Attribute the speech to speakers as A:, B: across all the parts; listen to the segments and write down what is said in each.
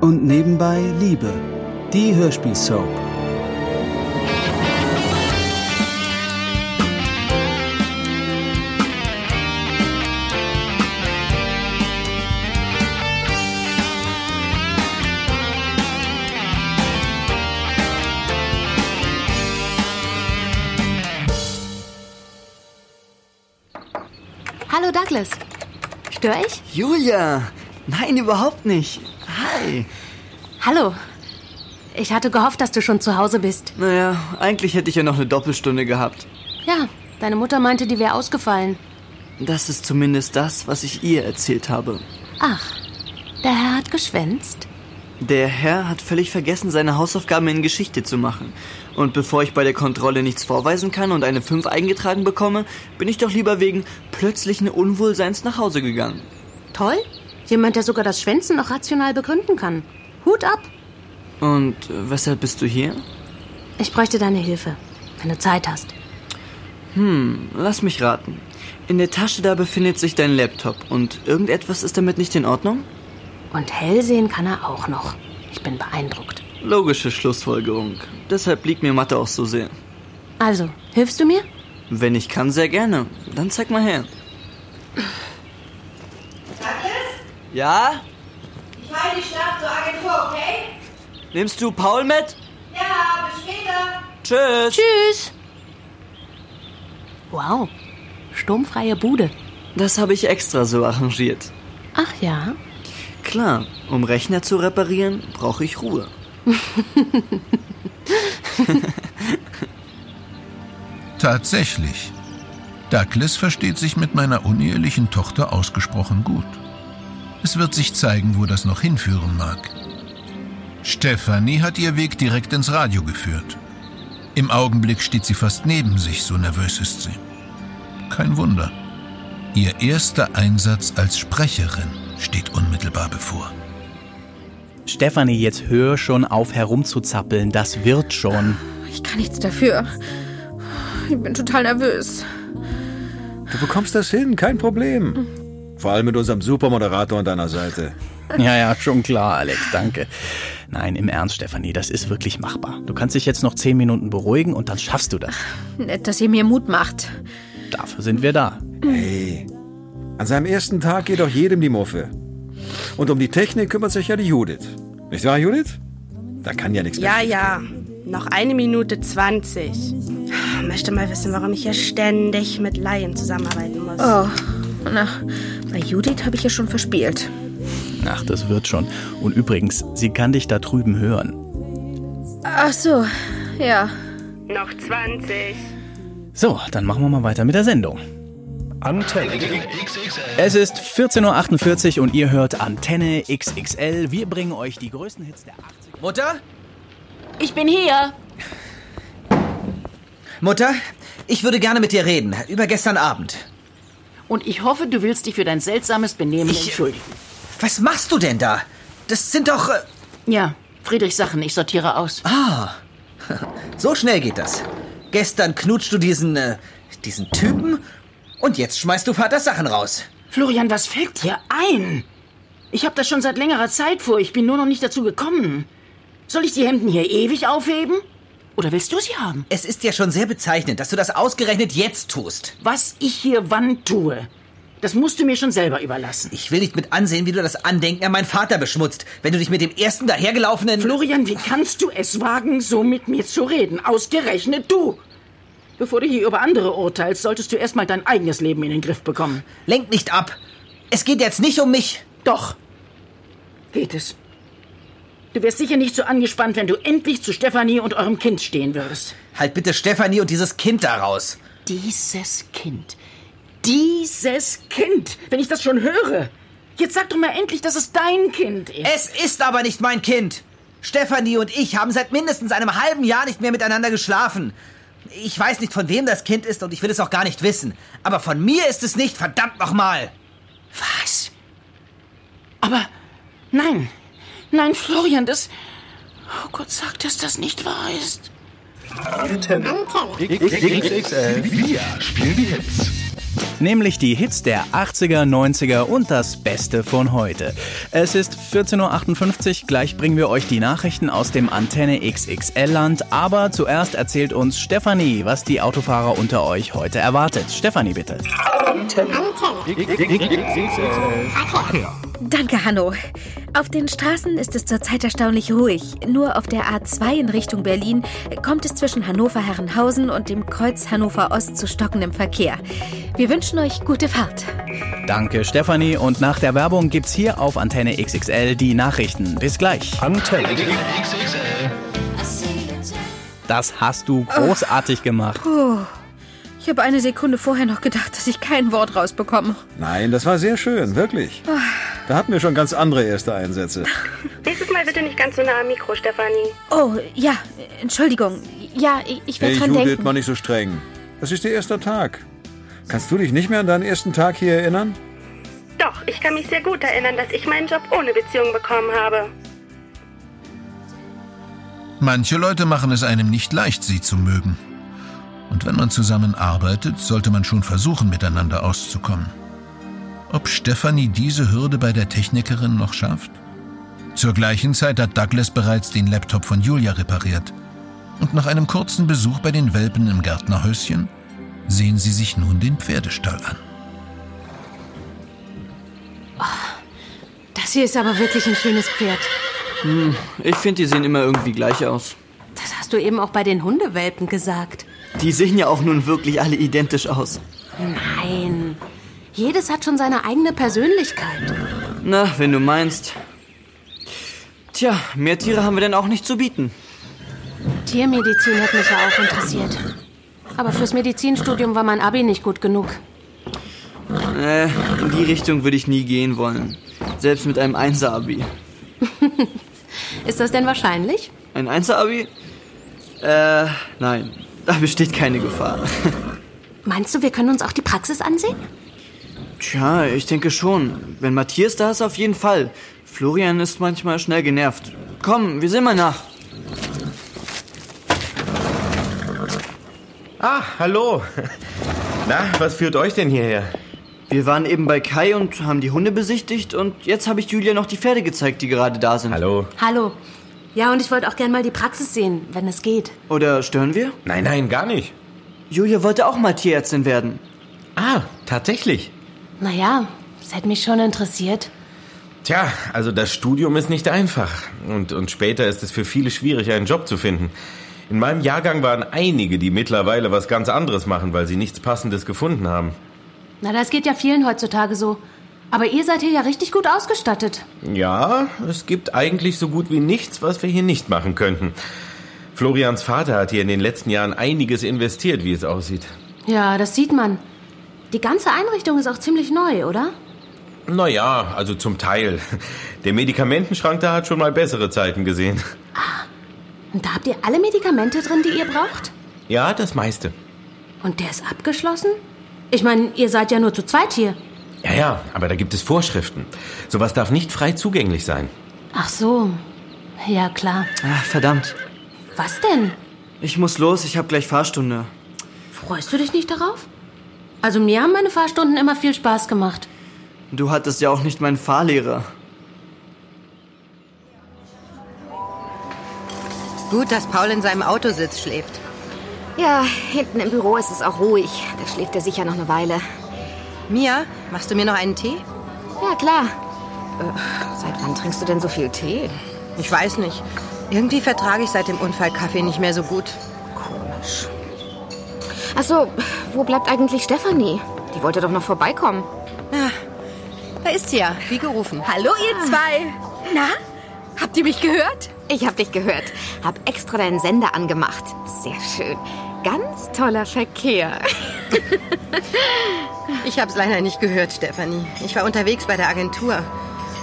A: und nebenbei Liebe, die Hörspielsoap.
B: Hallo Douglas. Stör ich?
C: Julia! Nein, überhaupt nicht. Hi.
B: Hallo. Ich hatte gehofft, dass du schon zu Hause bist.
C: Naja, eigentlich hätte ich ja noch eine Doppelstunde gehabt.
B: Ja, deine Mutter meinte, die wäre ausgefallen.
C: Das ist zumindest das, was ich ihr erzählt habe.
B: Ach, der Herr hat geschwänzt.
C: Der Herr hat völlig vergessen, seine Hausaufgaben in Geschichte zu machen. Und bevor ich bei der Kontrolle nichts vorweisen kann und eine 5 eingetragen bekomme, bin ich doch lieber wegen plötzlichen Unwohlseins nach Hause gegangen.
B: Toll. Jemand, der sogar das Schwänzen noch rational begründen kann. Hut ab.
C: Und äh, weshalb bist du hier?
B: Ich bräuchte deine Hilfe, wenn du Zeit hast.
C: Lass mich raten. In der Tasche da befindet sich dein Laptop und irgendetwas ist damit nicht in Ordnung?
B: Und hell sehen kann er auch noch. Ich bin beeindruckt.
C: Logische Schlussfolgerung. Deshalb liegt mir Mathe auch so sehr.
B: Also, hilfst du mir?
C: Wenn ich kann, sehr gerne. Dann zeig mal her. Ja?
D: Ich fahre Halt die Stadt zur Agentur, okay?
C: Nimmst du Paul mit?
D: Ja, bis später.
C: Tschüss.
B: Tschüss. Wow. Sturmfreie Bude.
C: Das habe ich extra so arrangiert.
B: Ach ja.
C: Klar, um Rechner zu reparieren, brauche ich Ruhe.
E: Tatsächlich. Douglas versteht sich mit meiner unehelichen Tochter ausgesprochen gut. Es wird sich zeigen, wo das noch hinführen mag. Stephanie hat ihr Weg direkt ins Radio geführt. Im Augenblick steht sie fast neben sich, so nervös ist sie. Kein Wunder. Ihr erster Einsatz als Sprecherin steht unmittelbar bevor.
F: Stefanie, jetzt hör schon auf herumzuzappeln, das wird schon.
G: Ich kann nichts dafür. Ich bin total nervös.
H: Du bekommst das hin, kein Problem.
I: Mhm.
H: Vor allem mit unserem Supermoderator an deiner Seite.
F: Ja, ja, schon klar, Alex, danke. Nein, im Ernst, Stefanie, das ist wirklich machbar. Du kannst dich jetzt noch zehn Minuten beruhigen und dann schaffst du das.
G: Nett, dass ihr mir Mut macht.
F: Dafür sind wir da.
H: Hey. An seinem ersten Tag geht doch jedem die Muffe. Und um die Technik kümmert sich ja die Judith. Nicht wahr, Judith? Da kann ja nichts
D: Ja,
H: mehr.
D: ja. Noch eine Minute zwanzig. Möchte mal wissen, warum ich hier ständig mit Laien zusammenarbeiten muss.
G: Oh, na, bei Judith habe ich ja schon verspielt.
F: Ach, das wird schon. Und übrigens, sie kann dich da drüben hören.
G: Ach so, ja.
D: Noch zwanzig.
F: So, dann machen wir mal weiter mit der Sendung.
J: Antenne.
F: Es ist 14.48 Uhr und ihr hört Antenne XXL. Wir bringen euch die größten Hits der 80er.
K: Mutter?
L: Ich bin hier.
K: Mutter? Ich würde gerne mit dir reden, über gestern Abend.
L: Und ich hoffe, du willst dich für dein seltsames Benehmen
K: Ich-
L: entschuldigen.
K: Was machst du denn da? Das sind doch... Äh, Ah.
L: Ja, Friedrichs Sachen, ich sortiere aus.
K: so schnell geht das. Gestern knutscht du diesen... Äh, diesen Typen und jetzt schmeißt du Vaters Sachen raus.
L: Florian, was fällt dir ein? Ich habe das schon seit längerer Zeit vor. Ich bin nur noch nicht dazu gekommen. Soll ich die Hemden hier ewig aufheben? Oder willst du sie haben?
K: Es ist ja schon sehr bezeichnend, dass du das ausgerechnet jetzt tust.
L: Was ich hier wann tue, das musst du mir schon selber überlassen.
K: Ich will nicht mit ansehen, wie du das Andenken an meinen Vater beschmutzt, wenn du dich mit dem ersten dahergelaufenen...
L: Florian, wie kannst du es wagen, so mit mir zu reden? Ausgerechnet du! Bevor du hier über andere urteilst, solltest du erstmal dein eigenes Leben in den Griff bekommen.
K: Lenk nicht ab. Es geht jetzt nicht um mich.
L: Doch. Geht es. Du wärst sicher nicht so angespannt, wenn du endlich zu Stefanie und eurem Kind stehen würdest.
K: Halt bitte Stefanie und dieses Kind da raus.
L: Dieses Kind. Dieses Kind. Wenn ich das schon höre. Jetzt sag doch mal endlich, dass es dein Kind ist.
K: Es ist aber nicht mein Kind. Stefanie und ich haben seit mindestens einem halben Jahr nicht mehr miteinander geschlafen. Ich weiß nicht, von wem das Kind ist und ich will es auch gar nicht wissen. Aber von mir ist es nicht, verdammt nochmal.
L: Was? Aber nein. Nein, Florian, das. Oh Gott, sag, dass das nicht wahr ist.
J: XXL. Wir spielen die Hits.
F: nämlich die Hits der 80er, 90er und das Beste von heute. Es ist 14.58 Uhr, gleich bringen wir euch die Nachrichten aus dem Antenne XXL-Land, aber zuerst erzählt uns Stefanie, was die Autofahrer unter euch heute erwartet. Stefanie, bitte.
I: Danke, Hanno. Auf den Straßen ist es zurzeit erstaunlich ruhig. Nur auf der A2 in Richtung Berlin kommt es zwischen Hannover-Herrenhausen und dem Kreuz Hannover-Ost zu stockendem Verkehr. Wir wünschen euch gute Fahrt.
F: Danke, Stefanie. Und nach der Werbung gibt's hier auf Antenne XXL die Nachrichten. Bis gleich. Antenne XXL. Das hast du großartig gemacht.
G: Puh. Ich habe eine Sekunde vorher noch gedacht, dass ich kein Wort rausbekomme.
H: Nein, das war sehr schön, wirklich.
I: Ah.
H: Da hatten wir schon ganz andere erste Einsätze.
D: Nächstes Mal bitte nicht ganz so nah am Mikro, Stefanie.
I: Oh, ja, Entschuldigung. Ja, ich, ich werde
H: Hey,
I: dran
H: Judith,
I: denken.
H: mal nicht so streng. Das ist ihr erster Tag. Kannst du dich nicht mehr an deinen ersten Tag hier erinnern?
D: Doch, ich kann mich sehr gut erinnern, dass ich meinen Job ohne Beziehung bekommen habe.
E: Manche Leute machen es einem nicht leicht, sie zu mögen. Und wenn man zusammenarbeitet, sollte man schon versuchen, miteinander auszukommen. Ob Stefanie diese Hürde bei der Technikerin noch schafft? Zur gleichen Zeit hat Douglas bereits den Laptop von Julia repariert. Und nach einem kurzen Besuch bei den Welpen im Gärtnerhäuschen sehen sie sich nun den Pferdestall an.
B: Das hier ist aber wirklich ein schönes Pferd.
C: Hm, ich finde, die sehen immer irgendwie gleich aus.
B: Das hast du eben auch bei den Hundewelpen gesagt.
C: Die sehen ja auch nun wirklich alle identisch aus.
B: Nein. Jedes hat schon seine eigene Persönlichkeit.
C: Na, wenn du meinst. Tja, mehr Tiere haben wir denn auch nicht zu bieten.
B: Tiermedizin hat mich ja auch interessiert. Aber fürs Medizinstudium war mein Abi nicht gut genug.
C: Äh, in die Richtung würde ich nie gehen wollen. Selbst mit einem Einser-Abi.
B: Ist das denn wahrscheinlich?
C: Ein Einser-Abi? Äh, nein. Da besteht keine Gefahr.
B: Meinst du, wir können uns auch die Praxis ansehen?
C: Tja, ich denke schon. Wenn Matthias da ist, auf jeden Fall. Florian ist manchmal schnell genervt. Komm, wir sehen mal nach.
M: Ah, hallo. Na, was führt euch denn hierher?
C: Wir waren eben bei Kai und haben die Hunde besichtigt und jetzt habe ich Julia noch die Pferde gezeigt, die gerade da sind.
M: Hallo.
B: Hallo. Ja, und ich wollte auch gern mal die Praxis sehen, wenn es geht.
C: Oder stören wir?
M: Nein, nein, gar nicht.
C: Julia wollte auch mal Tierärztin werden.
M: Ah, tatsächlich.
B: Naja, es hätte mich schon interessiert.
M: Tja, also das Studium ist nicht einfach. Und, und später ist es für viele schwierig, einen Job zu finden. In meinem Jahrgang waren einige, die mittlerweile was ganz anderes machen, weil sie nichts Passendes gefunden haben.
B: Na, das geht ja vielen heutzutage so. Aber ihr seid hier ja richtig gut ausgestattet.
M: Ja, es gibt eigentlich so gut wie nichts, was wir hier nicht machen könnten. Florians Vater hat hier in den letzten Jahren einiges investiert, wie es aussieht.
B: Ja, das sieht man. Die ganze Einrichtung ist auch ziemlich neu, oder?
M: Naja, also zum Teil. Der Medikamentenschrank da hat schon mal bessere Zeiten gesehen.
B: Und da habt ihr alle Medikamente drin, die ihr braucht?
M: Ja, das meiste.
B: Und der ist abgeschlossen? Ich meine, ihr seid ja nur zu zweit hier.
M: Ja, ja, aber da gibt es Vorschriften. Sowas darf nicht frei zugänglich sein.
B: Ach so. Ja, klar.
C: Ach, Ah, verdammt.
B: Was denn?
C: Ich muss los, ich habe gleich Fahrstunde.
B: Freust du dich nicht darauf? Also mir haben meine Fahrstunden immer viel Spaß gemacht.
C: Du hattest ja auch nicht meinen Fahrlehrer.
N: Gut, dass Paul in seinem Auto sitzt, schläft.
O: Ja, hinten im Büro ist es auch ruhig. Da schläft er sicher noch eine Weile.
N: Mia, machst du mir noch einen Tee?
O: Ja, klar.
N: Äh, seit wann trinkst du denn so viel Tee? Ich weiß nicht. Irgendwie vertrage ich seit dem Unfall Kaffee nicht mehr so gut. Komisch.
O: Achso, wo bleibt eigentlich Stefanie? Die wollte doch noch vorbeikommen.
D: Ah,
N: Da ist sie ja, wie gerufen.
O: Hallo, ihr zwei. Na? Habt ihr mich gehört? Ich hab dich gehört. Hab extra deinen Sender angemacht. Sehr schön. Ganz toller Verkehr.
N: Ich hab's leider nicht gehört, Stefanie. Ich war unterwegs bei der Agentur.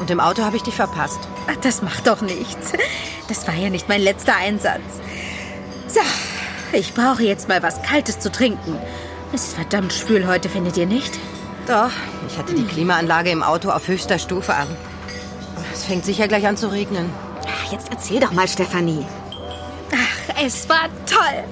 N: Und im Auto habe ich dich verpasst.
I: Ach, das macht doch nichts. Das war ja nicht mein letzter Einsatz. So, ich brauche jetzt mal was Kaltes zu trinken. Es ist verdammt schwül heute, findet ihr nicht?
N: Doch, ich hatte
O: Hm.
N: die Klimaanlage im Auto auf höchster Stufe an. Es fängt sicher gleich an zu regnen.
O: Jetzt erzähl doch mal, Stefanie.
I: Ach, es war toll.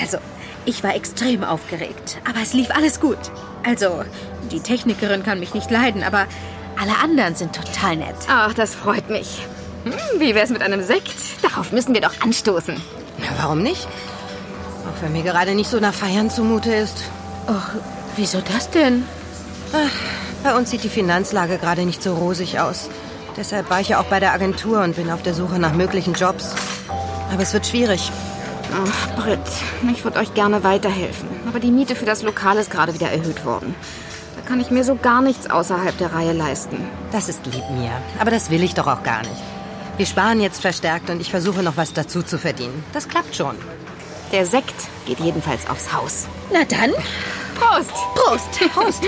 I: Also, ich war extrem aufgeregt, aber es lief alles gut.
B: Also, die Technikerin kann mich nicht leiden, aber alle anderen sind total nett.
I: Ach, das freut mich. Hm, wie wär's mit einem Sekt? Darauf müssen wir doch anstoßen.
N: Ja, warum nicht? Auch wenn mir gerade nicht so nach Feiern zumute ist.
B: Ach, wieso das denn?
N: Ach, bei uns sieht die Finanzlage gerade nicht so rosig aus. Deshalb war ich ja auch bei der Agentur und bin auf der Suche nach möglichen Jobs. Aber es wird schwierig.
I: Ach, Britt, ich würde euch gerne weiterhelfen. Aber die Miete für das Lokal ist gerade wieder erhöht worden. Da kann ich mir so gar nichts außerhalb der Reihe leisten.
N: Das ist lieb mir. Aber das will ich doch auch gar nicht. Wir sparen jetzt verstärkt und ich versuche noch was dazu zu verdienen. Das klappt schon.
I: Der Sekt geht jedenfalls aufs Haus.
B: Na dann.
I: Prost!
B: Prost! Prost!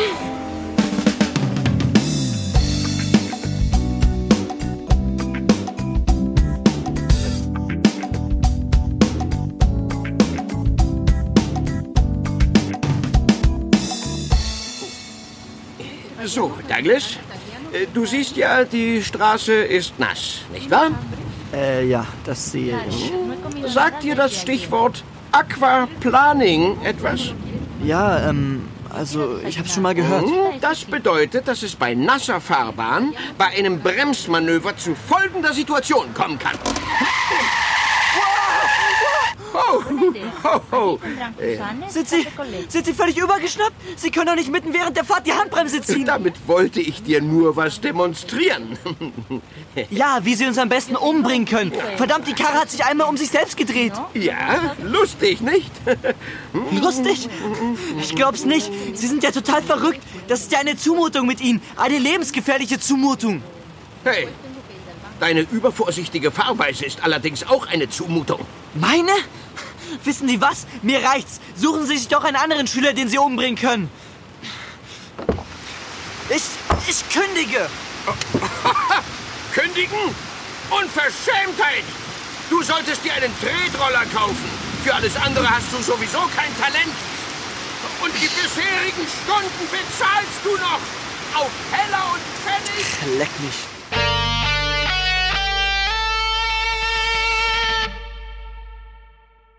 E: So, Douglas, äh, du siehst ja, die Straße ist nass, nicht wahr?
C: Äh, ja, das sehe ich.
E: Sagt dir das Stichwort Aquaplaning etwas?
C: Ja, ähm, also ich hab's schon mal gehört.
H: Oh.
E: Hm, Das bedeutet, dass es bei nasser Fahrbahn bei einem Bremsmanöver zu folgender Situation kommen kann.
C: Oh, oh, oh. Äh, sind, Sie, sind Sie völlig übergeschnappt? Sie können doch nicht mitten während der Fahrt die Handbremse ziehen.
E: Damit wollte ich dir nur was demonstrieren.
C: Ja, wie Sie uns am besten umbringen können. Verdammt, die Karre hat sich einmal um sich selbst gedreht.
E: Ja, lustig, nicht?
C: Lustig? Ich glaub's nicht. Sie sind ja total verrückt. Das ist ja eine Zumutung mit Ihnen. Eine lebensgefährliche Zumutung.
E: Hey, deine übervorsichtige Fahrweise ist allerdings auch eine Zumutung.
C: Meine? Wissen Sie was? Mir reicht's. Suchen Sie sich doch einen anderen Schüler, den Sie umbringen können. Ich, ich kündige.
E: Kündigen? Unverschämtheit! Du solltest dir einen Tretroller kaufen. Für alles andere hast du sowieso kein Talent. Und die bisherigen Stunden bezahlst du noch auf Heller und Pfennig.
C: Leck mich.